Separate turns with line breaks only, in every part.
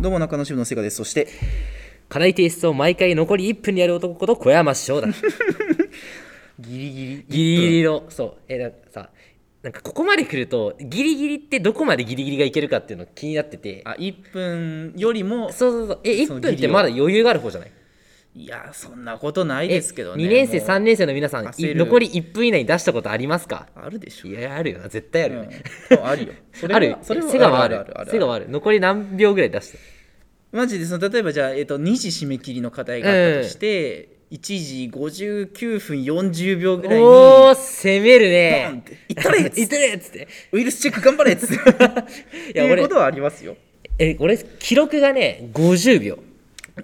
どうも中野支部のセガですそして
課題提出を毎回残り1分にやる男こと小山 翔だ
ギリギリ
ギリギリのそうえなんかさなんかここまで来るとギリギリってどこまでギリギリがいけるかっていうの気になってて
あ1分よりも
そうそうそうえ
その
1
ギリを
分ってまだ余裕がある方じゃない
いやそんなことない
え
ですけどね
2年生
もう
3年生の皆さんい
焦る
残り1分以内に出したことありますか
あるでしょ
いやあるよな絶対あ
う
るよね、
んあ るよそれは
あるよ
それは
セガはある
あるある
セガはある残り何秒ぐらい出した
マジでその例えばじゃあ、えっと2時締め切りの課題があったとして、1時59分40秒ぐらいに
おお攻める
ボンっ
ね
ていったれっつ って
いったれっつって
ウイルスチェック頑張れっつって
いや
いう
俺
ことはありますよ
え俺記録がね50秒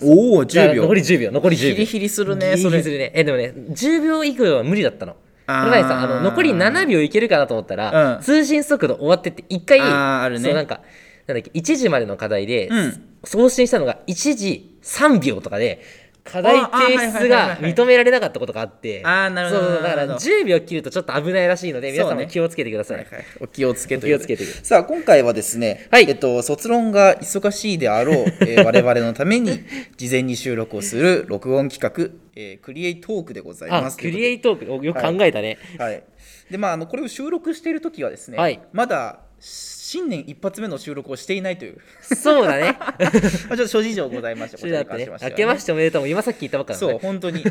おお
だから残り10秒残り10秒
ヒリヒリするね
ギリギリ
そ
す
れ
るねえでもね10秒以降は無理だったのこ
あー
の前さあの残り7秒いけるかなと思ったら、
うん
通信速度終わってって1回
あーあるね
そうなんかなんだっけ1時までの課題で、
うん
送信したのが1時3秒とかで課題
あーあーはいはい
提
はい
出
はい
が認められなかったことがあって
あーなるほど
そうそうそうだか
なる
ら
ほど
10秒切るとちょっと危ないらしいので皆さん
そう
も
ね
気をつけてください、
はいはいお気をつけと
お気をつけて
さあ今回はですね、
はい
えっと、卒論が忙しいであろう、えー我々のために事前に収録をする録音企画、えークリエイトークでございま
あ
す
クリエ
イ
イトークおよく考えたね、
はいでまあ、あのこれを収録している時はですね、
はい
まだ新年一発目の収録をしていないという、
そう だね
まあ、ちょっと諸事情ございましてこ
そ
ち
れ
ら
だ
に
って
関しましては
ね明
ね
けましておめでとうも今さっき言ったばっかだも
そ
ん
う
ね
本当 に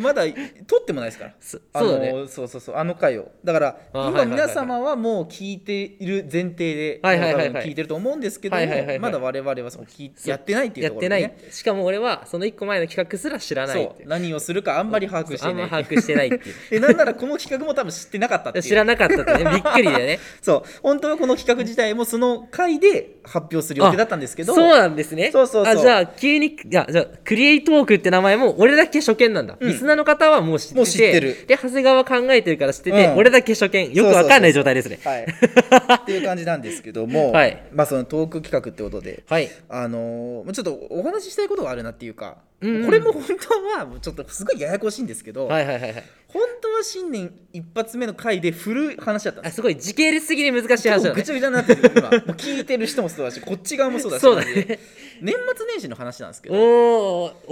まだ撮ってもないですから
そ
あの
そうだね
そうそうそうあの回をだから
あは
今
いはいはいは
皆
い
様はもう聞いている前提で
はいはいはいはい
もう多分聞いてると思うんですけど
はいはいはいはい
もまだ我々はその聞いやってないっていう
や
と
っ
こ
て
ろ
な
で
い
ね
しかも俺はその1個前の企画すら知らない
そ
っていうう
何をするかあんまり把握して
あ
い
ん
な
ま
い
把握してないってい
でなんならこの企画も多分知ってなか ったっていうう
知らなかったってねびっくりだよね
そう本当はこの企画自体もその回で発表する予定だったん ですけど
そうなんですね
そうそうそう
あじゃあ急にいやじゃあクリエイトークって名前も俺だけ初見なんだ、
ん
リスナーの方はもう知ってて
もう知ってる
で長谷川考えてるから知ってて、
うん
俺だけ初見よくわかんない状態ですね
はい、っていう感じなんですけども、
はい
まあ、そのトーク企画ってことで、
はい
あのーちょっとお話ししたいことがあるなっていうか、
うんうん
これも本当はもうちょっとすごいややこしいんですけど、
はいはいはいはい
本当は新年一発目の回で振る話だったんで
あ
す
すごい時系列的に難しい話
も
だ
うぐ
ね
ちゃぐちゃになってる今もう 聞いてる人もそうだしこっち側もそうだし
そうだね
年末年始の話なんですけ
お
ど
ー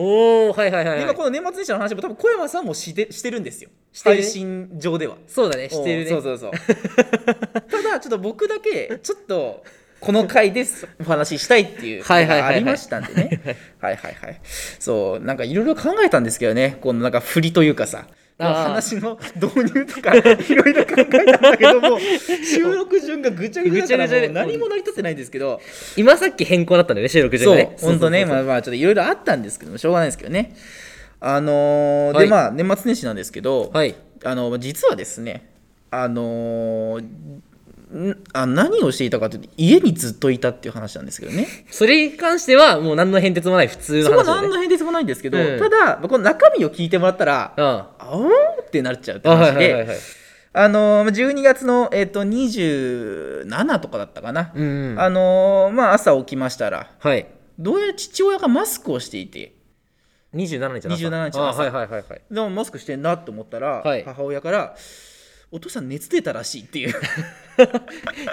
おおはいはいはい、
で今
はい
こ、の年末年始の話も多分小山さんもしてしてるんですよ
してるね
配信上では
そうだねしてるね
そうそうそう ただちょっと僕だけちょっとこの回ですお話ししたいっていうの
はいはいはい
が
は
あ
い
りましたんで ねはいはいはいそうなんかいろいろ考えたんですけどねこのなんか振りというかさ
あー
話の導入とかいろいろ考えたんだけど も収録順がぐちゃぐちゃだから
ぐちゃぐちゃで
もう何も成り立ってないんですけど
今さっき変更だったんだよね収録順
そ
が
う
ね
本当ね
そうそう
まあまあちょっといろいろあったんですけどもしょうがないですけどねあのー
は
で
い
まあ年末年始なんですけど
そうはい
あの実はですねあのーんあ何をしていたかというと家にずっといたっていう話なんですけどね
それに関してはもう何の変哲もない普通の
そこは
話だ
何
よ
の
ね
変哲もないんですけど、
うん
ただこの中身を聞いてもらったら「
う
あ
んあ
おー」ってなっちゃうって
はい
話
はいはい
で
はい
あのー12月の、えっと27とかだったかな、
うんうん
あのーまあ朝起きましたら
はい
どうやら父親がマスクをしていて
27日の朝
27日
あ
の朝
はいはいはいはい
でもマスクしてんなと思ったら、
はい
母親から「お父さん熱出たらしい」っていう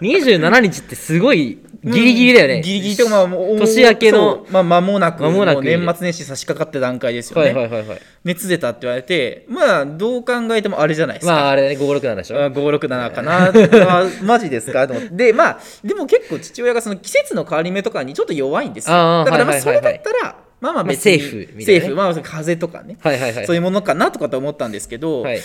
27日ってすごいギリギリだよね、
ギリギリとかまあもう
年明けの
そうまあ、間もなく
間もなく
う年末年始差し掛かった段階ですよね、
はいはいはいはい
熱出たって言われてまあどう考えてもあれじゃないですか、
まああれだね567でしょ
あ567か な、あマジですかと思ってでまあでも結構父親がその季節の変わり目とかにちょっと弱いんですよ
あー
だからま
は
あ
い
そ
はいは
れ
いは
だ
い
ったらまあまあ別に、
まあセーフみたい
セ
なね
ーフまあその風邪とかね、
はいはいはい
そういうものかなとかと思ったんですけど、
はいま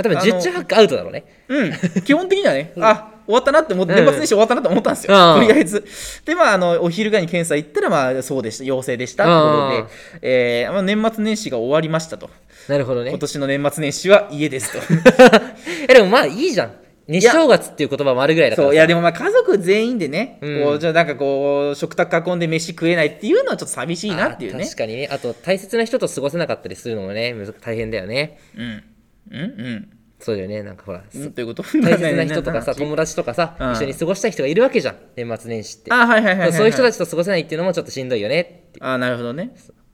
あ多分
あの
10中8アウトだろうね
うん、基本的にはね、あ終わったなって思って、
うん
年末年始終わったなって思ったんですよ、
あ
と
あ
りあえず。で、まあ、あのお昼ぐらいに検査行ったら、まあ、そうでした、陽性でしたってことで、えーまあ、年末年始が終わりましたと、
なるほどね
今年の年末年始は家ですと。
えでもまあいいじゃん日正月っていう言葉もあるぐらいだから
そ
さ
ういやでもまあ家族全員でね、
うん
こうじゃあなんかこう食卓囲んで飯食えないっていうのはちょっと寂しいなっていう
あ
ね
確かにねあと大切な人と過ごせなかったりするのもねむず大変だよね
うんうん
そうだよねなんかほら
うんうんということ
大切な人とか さ友達とかさ
うん
一緒に過ごしたい人がいるわけじゃん年末年始って
あはいはいはいはい、はい、
そういう人たちと過ごせないっていうのもちょっとしんどいよねって
あーなるほどね。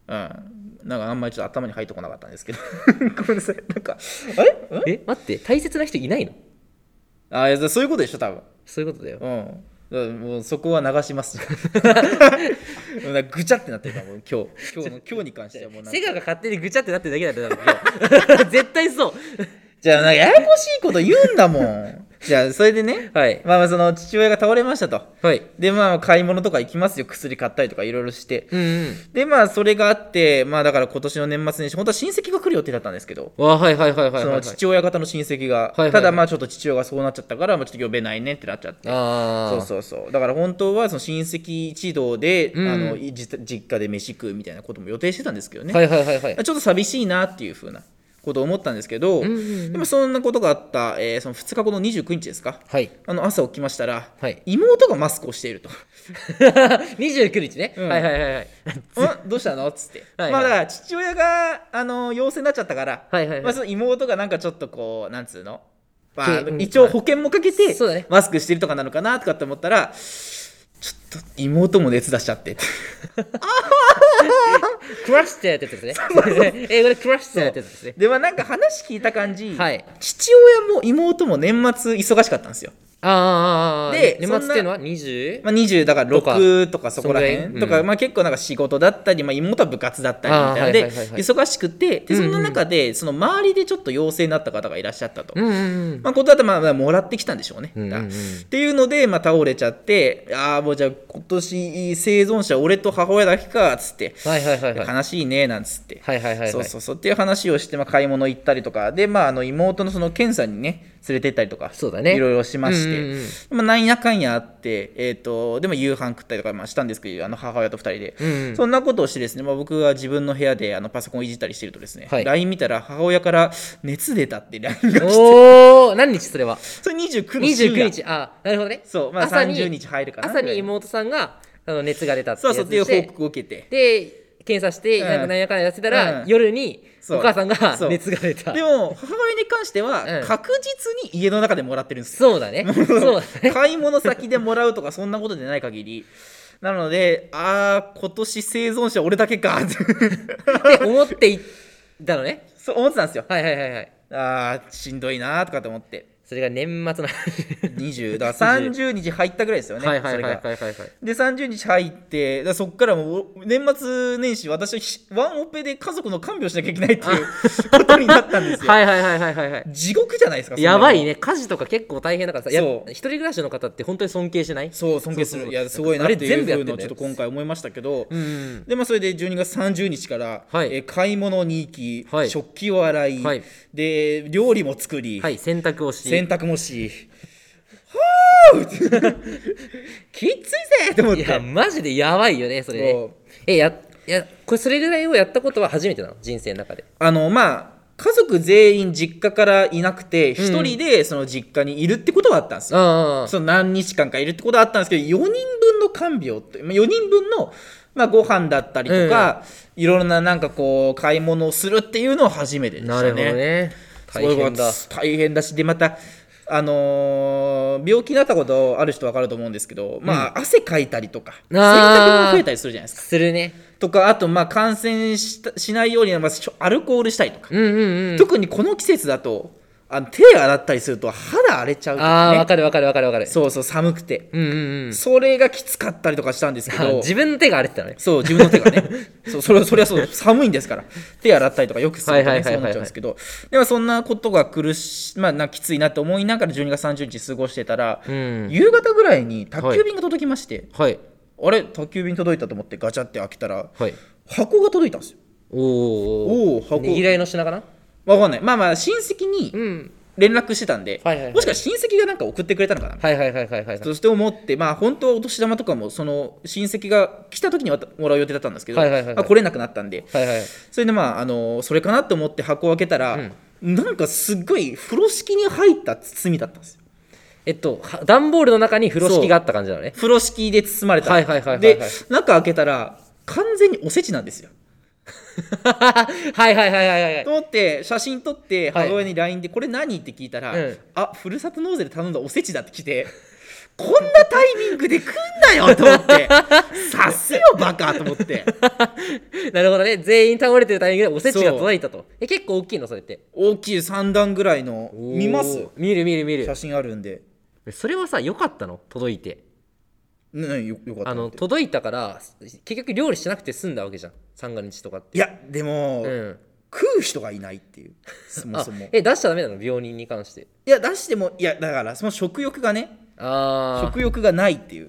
うん。なんかあんまりちょっと頭に入ってこなかったんですけど。 ごめんなさい。なんか、あれん
え待って大切な人いないの
あーいやそういうことでしょ、多分。
そういうことだよ
うん。だからもうそこは流します もうなんかぐちゃってなってるからもう今日今日の今日に関してはもうなんか
セガが勝手にぐちゃってなってるだけだ った絶対そう
じゃあなんかややこしいこと言うんだもんじゃあそれでね
はい
まあまあその父親が倒れましたと
はい
でまあ買い物とか行きますよ薬買ったりとかいろいろして
うんうん
でまあそれがあってまあだから今年の年末年始本当は親戚が来る予定だったんですけど
わあはいはいはいはい
そ
はいは
の
い
父親方の親戚が、
いはいはい
ただまあちょっと父親がそうなっちゃったから、まあ、ちょっと呼べないねってなっちゃって
あ
そうそうそうだから本当はその親戚一同で、
うん
あのい実実家で飯食うみたいなことも予定してたんですけどね、
はいはいはいはい
ちょっと寂しいなっていうふうなことを思ったんですけど、
うんうん
でもそんなことがあった、えーその2日後の29日ですか
はい
あの朝起きましたら、
はい
妹がマスクをして いると。
29日ね、
うん
はいはいはいはい
うんどうしたのっつって、
はいはい
まあだから父親があの陽性になっちゃったから、
はいはいはい
まあ、その妹がなんかちょっとこうなんつうの、まあ
けうん
一応保険もかけて
そうだね
マスクしてるとかなのかなとかって思ったらちょっと妹も熱出しちゃ って
クラッシュってやったやつですね 英語でクラッシュってやったやつですね
でまあなんか話聞いた感じ、
はい
父親も妹も年末忙しかったんですよ、
あーあーあー
で
年末っていうのは 20?
まあ、20だから
とか
6とかそこら
そんぐら
辺
い
とか、
うん
まあ、結構なんか仕事だったり、まあ、妹は部活だったりみたいなので、
あーはいはいはいはい
忙しくてでそんな中で、その周りでちょっと陽性になった方がいらっしゃったと。
うんうんうん
まあ、ことだってまあまあもらってきたんでしょうね。
うんうんうん
っていうので、まあ、倒れちゃってああもうじゃあ今年生存者俺と母親だけかっつって、
はいはいはいはい
悲しいねなんつって、
はいはいはいはい
そうそうそうっていう話をして、まあ、買い物行ったりとかで、まあ、あの妹のその検査にね連れてったりとか
そうだね
いろいろしまして、
うんうん うん
まあ、なんやかんやあって、えー、とでも夕飯食ったりとかまあしたんですけどあの母親と二人で、
うんうん
そんなことをしてですね、まあ、僕が自分の部屋であのパソコンいじったりしてるとですね、
はい
LINE 見たら母親から熱出たって LINE が来て
おお何日それは
それ29日深夜
29日あなるほどね
そう、まあ、
朝に
30日入るかな
朝に妹さんがあの熱が出たって
そ
や
うそう
つ
っていう
で
報告を受けて
で検査して
うん
なんかなんやかんややってたら、
うん
夜に
そう
お母さんが
そう
熱が出た
でも母親に関しては、
うん
確実に家の中でもらってるんですよ
そう だね そうだね
買い物先でもらうとかそんなことでない限りなのでああ今年生存者俺だけかって
って思っていったのね
そう思ってたんですよ
はいはいはいはい
ああしんどいなーとかと思って
それが年 末の話
20だ から30日入ったぐらいですよね
はいはいはいはい
それが
はいはい
で30日入ってだからそっからもう年末年始私はひワンオペで家族の看病しなきゃいけないっていうことになったん ですよ
はいはいはいはいはいはい
地獄じゃないですかそんなの
やばいね家事とか結構大変だからさや
そう
一人暮らしの方って本当に尊敬しない
そう尊敬する
そうそうそう
いやすごいなっ
あれ
ていう
全部や
ふ
って
うんの
だよ
をちょっと今回思いましたけど、
うんうん
でまあそれで12月30日から、
はい
えー買い物に行き、
はい
食器を洗い、
はい
で料理も作り、
はい洗濯をし
洗濯もしはあ きついぜと思っ
い
て
やマジでやばいよねそれね
そう
えやいやこれそれぐらいをやったことは初めてなの人生の中で
あのまあ家族全員実家からいなくて一人でその実家にいるってことはあったんですよ、
あ
その何日間かいるってことはあったんですけど4人分の看病って4人分の、まあ、ご飯だったりとか、いろんななんかこう買い物をするっていうのを初めてでし
な
た
るほど
ね。
ね
そういう
大
こ
変
と
だ
大変だしでまたあのー病気になったことある人分かると思うんですけど、まあ汗かいたりとか
あ
洗
ー
濯も増えたりするじゃないですか
するね
とかあとまあ感染したしないようにまあしょアルコールしたりとか、
うんうんうん
特にこの季節だとあの手洗ったりすると肌荒れちゃうと
あ
か
あ
ね
わかるわかるわかるわかる
そうそう寒くて
うんうんうん
それがきつかったりとかしたんですけど、
自分の手が荒れてたのね
そう、自分の手が ね、そうそれはそれはそう寒いんですから、手洗ったりとかよくすると
は
ね
いはい
そ
は
う
いは
なっ
いはい
ちゃうんですけど、でもそんなことが苦し、まあ、なんかきついなと思いながら、12月30日過ごしてたら、
うん
夕方ぐらいに宅急便が届きまして、
はい
あれ、宅急便届いたと思って、ガチャって開けたら、
はい
箱が届いたんですよ。
おお
おー箱
ねぎらいの品かな
わかんない、まあまあ、親戚に
うん
連絡してたんで、
はいはいはい
もしかしたら親戚がなんか送ってくれたのかな。
はいはいはいはいはいはい
そして思って、まあ、本当はお年玉とかもその親戚が来た時に渡もらう予定だったんですけど、
はいはいはいはい
まあ来れなくなったんで
はいはい
それでまあ、あのそれかなと思って箱を開けたら、なんかすっごい風呂敷に入った包みだったんですよ
えっとは段ボールの中に風呂敷があった感じなのね
風呂敷で包まれた、
はいはいはいはいはい
で中開けたら完全におせちなんですよ
はいはいはいはいはいはい
と思って写真撮って
はい
母親に LINE で「これ何?」って聞いたら「
うん
あふるさと納税で頼んだおせちだ」って来て「こんなタイミングで来んなよ」と思 って「さすよバカ」と思って。
なるほどね全員倒れてるタイミングでおせちが届いたとえ結構大きいのそれって
大きい3段ぐらいの見ます
見る見る見る
写真あるんで
それはさ良かったの届いて
ねねよよかった
あの
って
届いたから結局料理しなくて済んだわけじゃん三が日とかって
いやでも、
うん
食う人がいないっていうそも
あ
そも
え出しちゃダメなの病人に関して
いや出してもいやだからその食欲がね
ああ
食欲がないっていう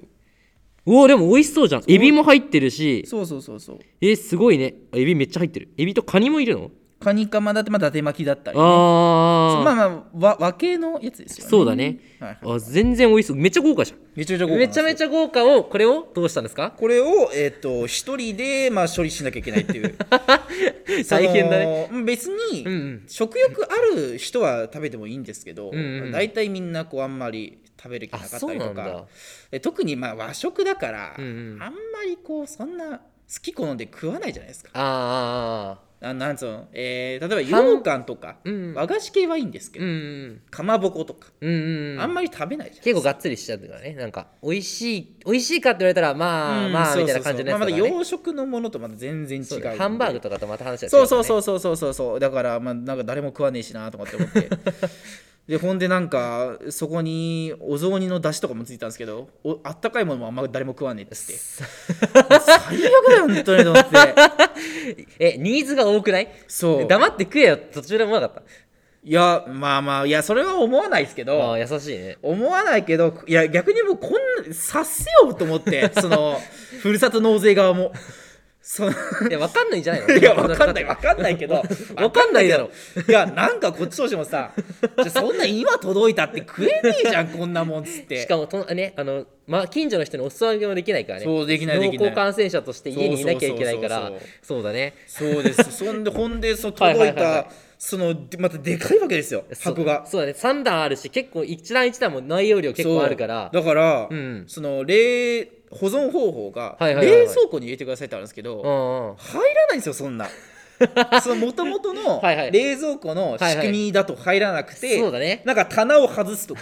うおでも美味しそうじゃんエビも入ってるし
そうそうそうそう
えーすごいねエビめっちゃ入ってるエビとカニもいるの
カニカマだってまあ伊達巻きだったりね、
ああ、
まあまあ和和系のやつですよね
そうだね、
はいはい
あ全然美味しそうめっちゃ豪華じゃん
めちゃめちゃ豪華
めちゃめ
ゃ
ちゃ豪華をこれをどうしたんですか
これを、えっと一人で、まあ、処理しなきゃいけないっていう
大変だね
ね別に、
うんうん
食欲ある人は食べてもいいんですけど、
うんうん
大体みんなこうあんまり食べる気なかった
あそう
り
な
と
んだ
かで特にまあ和食だから、
うんうん
あんまりこうそんな好き好んで食わないじゃないですか
あ
あなんつうの、えー例えば
半
羊羹とか、
うん
和菓子系はいいんですけ
ー
ど、
うんうん
かまぼことか、
うんうん
あんまり食べないじゃない
結構がっつりしちゃってからねなんか美味しい美味しいかって言われたらまあ、
うん
まあ
そう
みた
そ
いな
うそう
感じのやつ
まあま
だか
だ
らね
洋食のものとまた全然違う
そうだねハンバーグとかとまた話が違うから
そう
ね
そうそうそうそうそうそうだからまあなんか誰も食わねえしなとかって思ってでほんでなんかそこにお雑煮の出汁とかもついてたんですけどおあったかいものもあんま誰も食わねえっつって最悪だよ本当にと思って
えニーズが多くない
そう
黙って食えよ途中で思わなかっ
いやまあまあいやそれは思わないですけ
たあ
ど
あ優し いね
思わないけどいや逆にもうこんな察せよと思ってそのふるさと納税側もその
いやわかんないんじゃないの
いや、わかんない、わかんないけど、
わかんないだろ
わかんないけど。いや、なんかこっちとしてもさ、じゃあそんな今届いたって食えねえじゃん、こんなもんっつって。
しかもとねあの、まあ、近所の人にお裾分けもできないからね
そうできないできない
濃厚感染者として家にいなきゃいけないから
そうそうそう
そうだね
そうです。そんで、ほんで、その
はいは
届
い
い
はいはい
た、その、でまたでかいわけですよ、箱が。
そうそうだね3段あるし結構一段一段も内容量結構あるから
そうだから
うん、
その、冷、保存方法が、
はいはいはいはい
冷蔵庫に入れてくださいってあるんですけ
う
ど、
んうん
入らないんですよ、そん な。その元々の
はいはい
冷蔵庫の仕組みだと入らなくて
そうだね
なんか棚を外すとか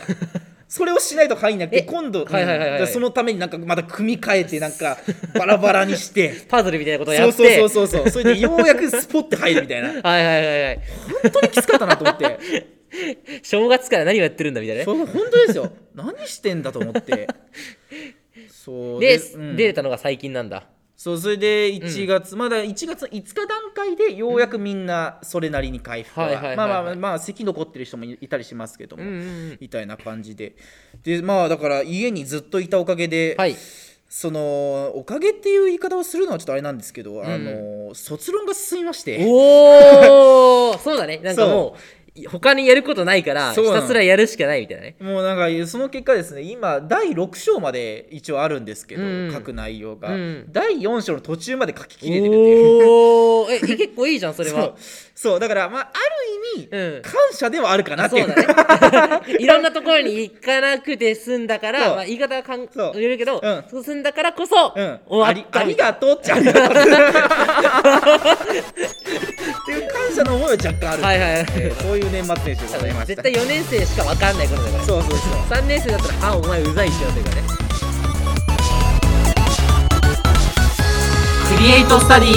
それをしないと入んなくて
え
今度うん
はいはいはいはい
じゃあそのためになんかまた組み替 えてなんかバラバラにして
パズルみたいなことをや
そ
っ
う
て
そうそうそうそれでようやくスポッて入るみたいな
はいはいはいはい
本当にきつかったなと思 って
正月から何をやってるんだみたいなね
そう本当ですよ何してんだと思 ってそう
で、
うん
出れたのが最近なんだ
そうそれで1月、まだ1月5日段階でようやくみんなそれなりに回復は,、
はいはいはいはい
まあまあまあまあ咳残ってる人もいたりしますけども、
うんうんうん
みたいな感じででまあだから家にずっといたおかげで、
はい
そのおかげっていう言い方をするのはちょっとあれなんですけど、あの卒論が進みまして
おおそうだねなんかもう他にやることないからひ
そうなの
たすらやるしかないみたいなね
もうなんかその結果ですね今第6章まで一応あるんですけど、
うん
書く内容が、
うん
第4章の途中まで書ききれてるっていう。
お おえ結構いいじゃんそれ
そ
は
うそうだからまあある意味、
うん
感謝ではあるかなってい
そう
う
だねいろんなところに行かなくて済んだか
そ
ら、
う
まあ、言い方はかん
そう
言えるけど、
うん
そう済んだからこそ、
うん、あ
終
り
わった
ありがとうっちゃありがとうっていう感謝の思いは若干ある、
はいはいはい
えーそういう年末年始でございました
絶対4年生しか分かんないことだから
そうそうそう
3年生だったら「あお前うざいしよ」というかねクリエイトスタディ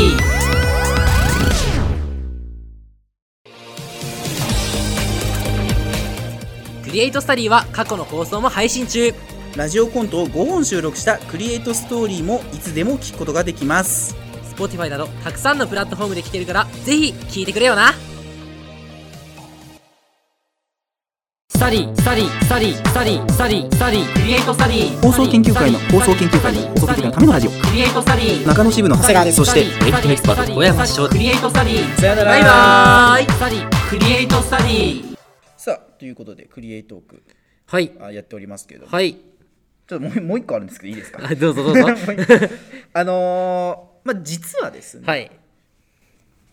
クリエイトスタディは過去の放送も配信中
ラジオコントを5本収録したクリエイトストーリーもいつでも聞くことができます
Spotify などたくさんのプラットフォームで聴けるからぜひ聴いてくれよなスタディスタディスタディスタディスタディスタディクリエイトスタディ
放送研究会の放送研究会の放送研究会のためのラジオ
クリエイトスタディ
中野支部の長谷川ですそして
エンテネスパー小山翔クリエイトスタディ
さよなら
バイバーイスタディクリエイトスタディ
さあということでクリエイトーク
はい
あやっておりますけれども、
はい
ちょっともうもう一個あるんですけどいいですか
どうぞ どう ぞ
あのーまあ実はですね、
はい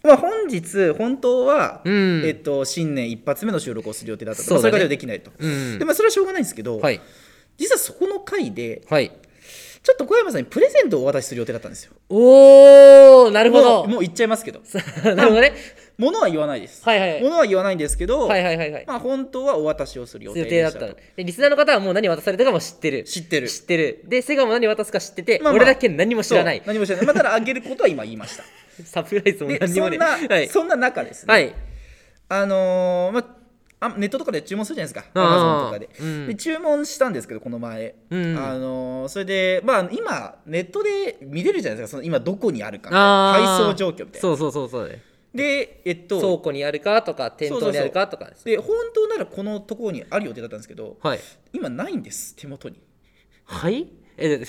まあ、本日本当は、
うん
えっと、新年一発目の収録をする予定だったと
そうだね
まあそれからではできないと、
うん
でまあ、それはしょうがないんですけど、
はい
実はそこの回で
はい
ちょっと小山さんにプレゼントをお渡しする予定だったんですよ
おーなるほ
も
ど
うもう言っちゃいますけど
なるほどね
物は言わないです、
はいはいはい
物は言わないんですけど、
はいはいはいはい
まあ、本当はお渡しをする予
予
定
定
で
だっ
したた
のでリスナーの方はもう何渡されたかも知ってる
知ってる
知ってるでセガも何渡すか知ってて、
まあまあ
俺だけ何も知らない
そう何も知らない、まあ、ただあげることは今言いました
サプライズも
で
何に
そ
も
ん
ね
な、
はい
そんな中ですね、
はい
あのーまああネットとかで注文するじゃないですかアマゾン
あー
とかで,、
うん
で注文したんですけどこの前、
うん
あのーそれでまあ今ネットで見れるじゃないですかその今どこにあるかみたいな
あー
配送状況みたいな
そうそうそうそうだね
でえっと
倉庫にあるかとか店頭にあるかとかです
で本当ならこのところにある予定だったんですけど
はい
今ないんです手元に
はいえ、だっ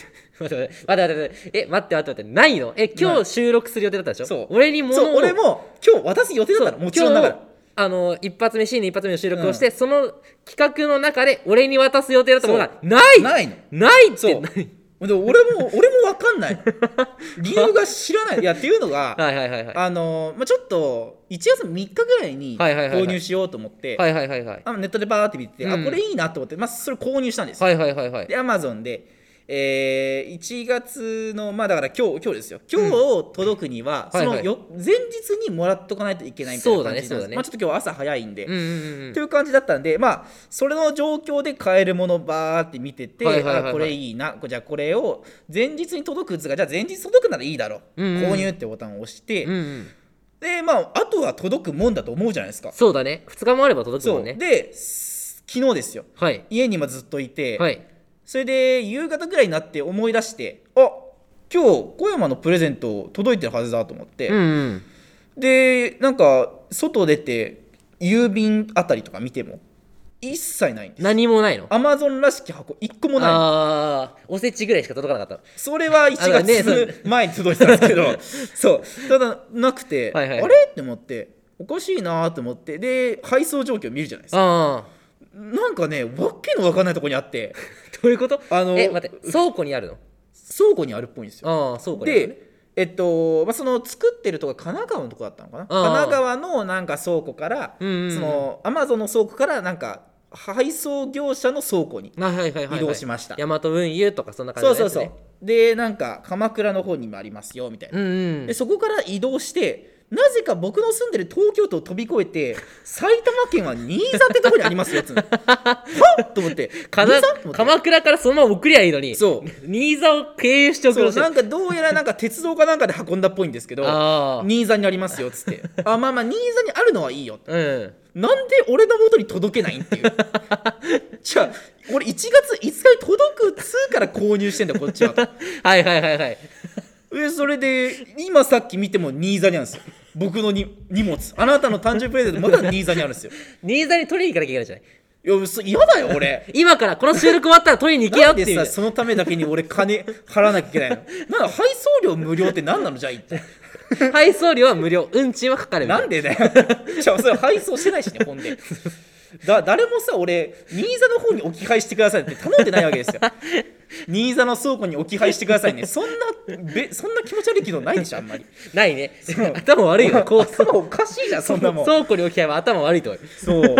て待って待って待って待ってえ、待って待って待って、ないのえ、今
ない
日収録する予定だったでしょ
そう
俺にも
そう俺も今日渡す予定だったのもちろんながら
あの一発目シーンの一発目の収録をして、その企画の中で俺に渡す予定だったものが
そう
ない
ないの
ないっ
そ
て
う
ない
でも俺も俺も分かん ない理由が知らないいやっていうのが
はいはいはいはい
あのまあ、ちょっと1月3日ぐらいに
はいはいはいはい
購入しようと思って、
はいはいはいはい
あネットでバーって見てて、
うん
あこれいいなと思って、まあ、それ購入したんですよ、
はいはいはいはい
で Amazon で、えー1月のまあだから今日今日ですよ今日届くには、
うん
その
はいはい
よ前日にもらっとかないといけないみたいな感じなんです
そうだねそうだね
まあ、ちょっと今日朝早いんで、
うんうんうん
という感じだったんで、まあ、それの状況で買えるものばーって見てて、
はいはいはいはい
あこれいいなじゃあこれを前日に届くやつがじゃあ前日届くならいいだろう、
うんうん
購入ってボタンを押して、
うんうん
でまああとは届くもんだと思うじゃないですか
そうだね2日もあれば届く
そ
も
うん
ね
です昨日ですよ
はい
家に今ずっといて、
はい
それで夕方ぐらいになって思い出してあ今日小山のプレゼント届いてるはずだと思って、
うんうん
でなんか外出て郵便あたりとか見ても一切ないんです
何もないの
アマゾンらしき箱一個もない
あーおせちぐらいしか届かなかった
それは1
あのねそう
月前に届いてたんですけど そうただなくて、
はいはい
あれって思っておかしいなと思ってで配送状況見るじゃないですか
ああ
なんかねわっけのわかんないとこにあって
どういうこと
あの
え待って倉庫にあるの
倉庫にあるっぽいんですよ
ああ倉庫にあるのね
でえっとまあ、その作ってるとこ神奈川のとこだったのかな神奈川のなんか倉庫から
うんうんうん
そのアマゾンの倉庫からなんか配送業者の倉庫に
あはいはいはいはい
移動しました
大和運輸とかそんな感じ
そ
の
う
やつ
そ
ね
うそうでなんか鎌倉の方にもありますよみたいな、
うんうん
でそこから移動してなぜか僕の住んでる東京都を飛び越えて埼玉県は新座ってとこにありますよっ つうのはっと思って
かな
新座と思って
鎌倉からそのまま送りゃいいのに
そう
新座を経由して送
そ
ろう
う
として
なんかどうやらなんか鉄道かなんかで運んだっぽいんですけど
あー
新座にありますよっつってあまあまあ新座にあるのはいいよ
うん
なんで俺の元に届けないんっていうじゃあ俺1月5日に届くっつうから購入してんだこっちはと
はいはいはいはい
えそれで今さっき見ても新座にあるんですよ僕のに荷物あなたの誕生日プレゼントまだ新座にあるんですよ
新座に取りに行かなきゃいけないじゃない
いや嘘嫌だよ俺
今からこの収録終わったら取りに行けよ
な
っ
ん
て
で
い
さ
う
そのためだけに俺金払わなきゃいけないのなんだ配送料無料って何なのじゃあ一体
配送料は無料運賃はかかるみたい
なんでだよ じゃあそれ配送してないしねほん でだ誰もさ俺新座の方に置き配してくださいって頼んでないわけ ですよ新座の倉庫に置き配してくださいねそんなべそんな気持ち悪い機能ないでしょあんまり
ないね頭悪いよねこう
頭おかしいじゃんそんなもん
倉庫に置き換えば頭悪いと思う
そう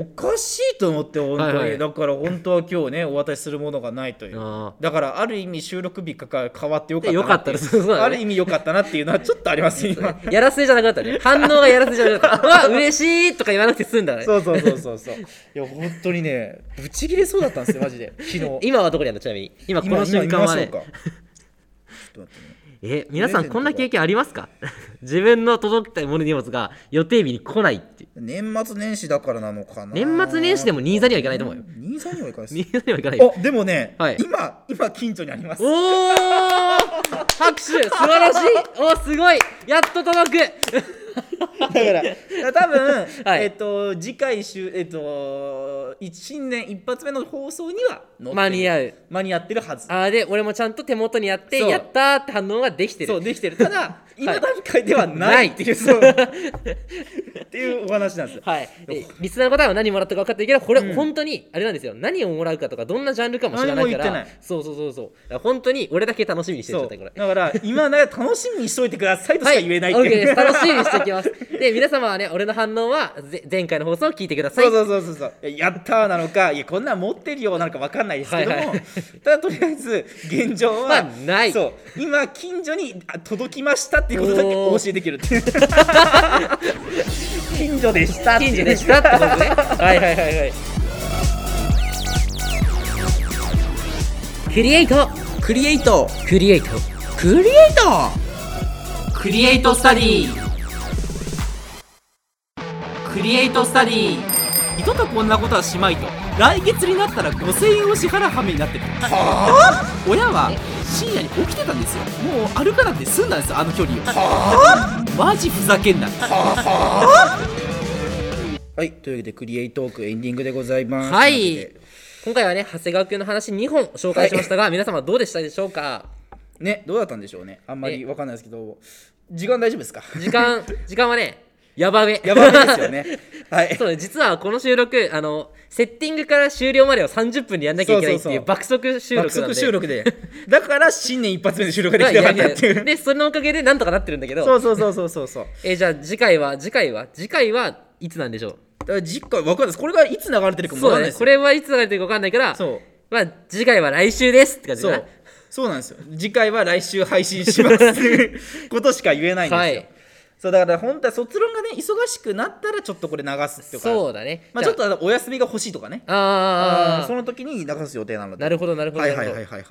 おかしいと思って本当に、
はいはい
だから本当は今日ねお渡しするものがないという
あ
だからある意味収録日が変わってよかった
よかったですそうだね
ある意味よかったなっていうのはちょっとあります今
やらせじゃなかったね反応がやらせじゃなかったうわ嬉しいとか言わなくて済んだね
そうそうそうそうそう いや本当にねブチ切れそうだったんですよマジで昨日
今はどこにあるのちなみに今こ
今
の瞬間はね
今見ましょうかちょっと待ってね
え皆さんこんな経験ありますか自分の届きたいものの荷物が予定日に来ないっていう
年末年始だからなのかな
年末年始でも新座には行かないと思うよ
新座にはいかない
新
で
座には行かないよ
すあでもね、
はい
今今近所にあります
おお拍手素晴らしいおすごいやっと届く
だから多分、
はい
えっと次回週えっと一新年一発目の放送には載ってる
間に合う
間に合ってるはず
あーで俺もちゃんと手元にやって
そう
やったーって反応ができてる
そうできてるた だ今段階では
な
ないい っていう、そうっていうお話なんですよ
はいえリスナーの方は何もらったか分かってるけどこれ本当にあれなんですよ何をもらうかとかどんなジャンルかも知らない
何も言
から
ってな
そうそうそうそうだから本当に俺だけ楽しみにしてる
そう
状態これ
だから今なら楽しみにしといてくださいとしか言えないって
はい、
い
OK で
う、
す楽しみにしていきますで皆様はね俺の反応はぜ前回の放送を聞いてください
そうそうそうそうそうやったーなのかいやこんなん持ってるようなのかわかんないですけども、
はいはい
ただとりあえず現状は、
まあない
そう今近所にあ届きましたっていうことだけお
おー
教えできるっていう 近所でしたっていう
近所でした ってことねはいはいはいはいクリエイト
クリエイト
クリエイト
クリエイト
クリエイトスタディクリエイトスタディ
いととこんなことはしまいと来月になったら5000円を支払う羽目になってる親は深夜に起きてたんですよもう歩かなくて済んだんですよあの距離をマジふざけんな
はいというわけでクリエイトークエンディングでございます
は
というわ
い
けで。
今回はね、長谷川君の話2本紹介しましたが、皆様どうでしたでしょうか
ねどうだったんでしょうねあんまりわかんないですけど時間大丈夫ですか
時間、時間はね、やばめ。
やばいです よねはい
そうね実はこの収録あのセッティングから終了までを30分でやんなきゃいけないって
そう
い
そううそう
爆速収録なん
爆
で
速収録でだから新年一発目で収録がで
が
きなかっ
やん
た
なきゃ
って
いけ
い
ないうでそのおかげでなんとかなってるんだけど
そうそうそうそうそうそう
えーじゃあ次回は次回は次回はいつなんでしょ
だから実家わかんないですこれがいつ流れてるか
う
もわか
そうだ
んない
ね
ですよ
これはいつ流れてるか分かんないから
そう
まあ次回は来週ですって感じ
そ
だ
う
な
そうなんですよ次回は来週配信します っていうことしか言えないんですよ、
はい
そうだから本当は卒論がね忙しくなったらちょっとこれ流すとか
そうだね
まあ、ち
じゃ
ょっとあのお休みが欲しいとかね
あ
あー
あ
その時に流す予定なので
なるほどなるほど
はいはいはいはいはい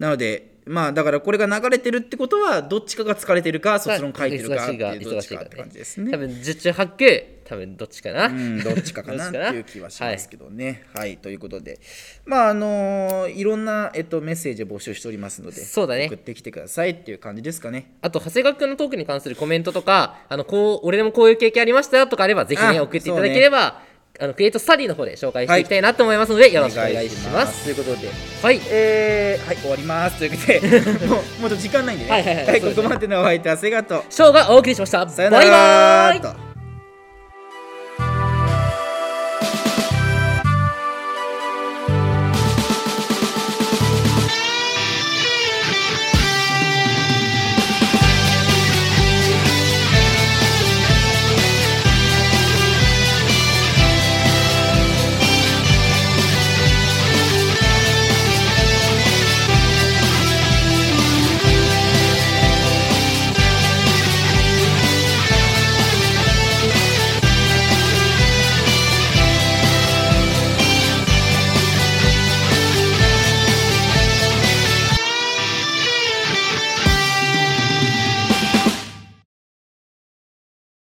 なのでまあだからこれが流れてるってことはどっちかが疲れてるか卒論書いてるかっていうどっ
忙
ち
しい
か
か
って
ら
感
ね
じですね
多分十中八九多分どっちかな、
うん、どっちかかなっていう気はしますけどね。はい、ということで、まああのーいろんな、えっと、メッセージを募集しておりますので、
そうだね
送ってきてくださいっていう感じですかね。
あと、長谷川君のトークに関するコメントとか、あの、こう、俺でもこういう経験ありましたよとかあれば、ぜひね、
あ
送っていただければ、あの、クリエイトスタディの方で紹介していきたいなと思いますので、よろしくお願いします。
ということで、
はい。
えー、はい、終わります。ということで、もう、もうちょっと時間ないんでね。
はいはいはい
ここまでのお相手はセガと、
ショーがお送りしました。
さよな
バイ
ら
バーイ
ーと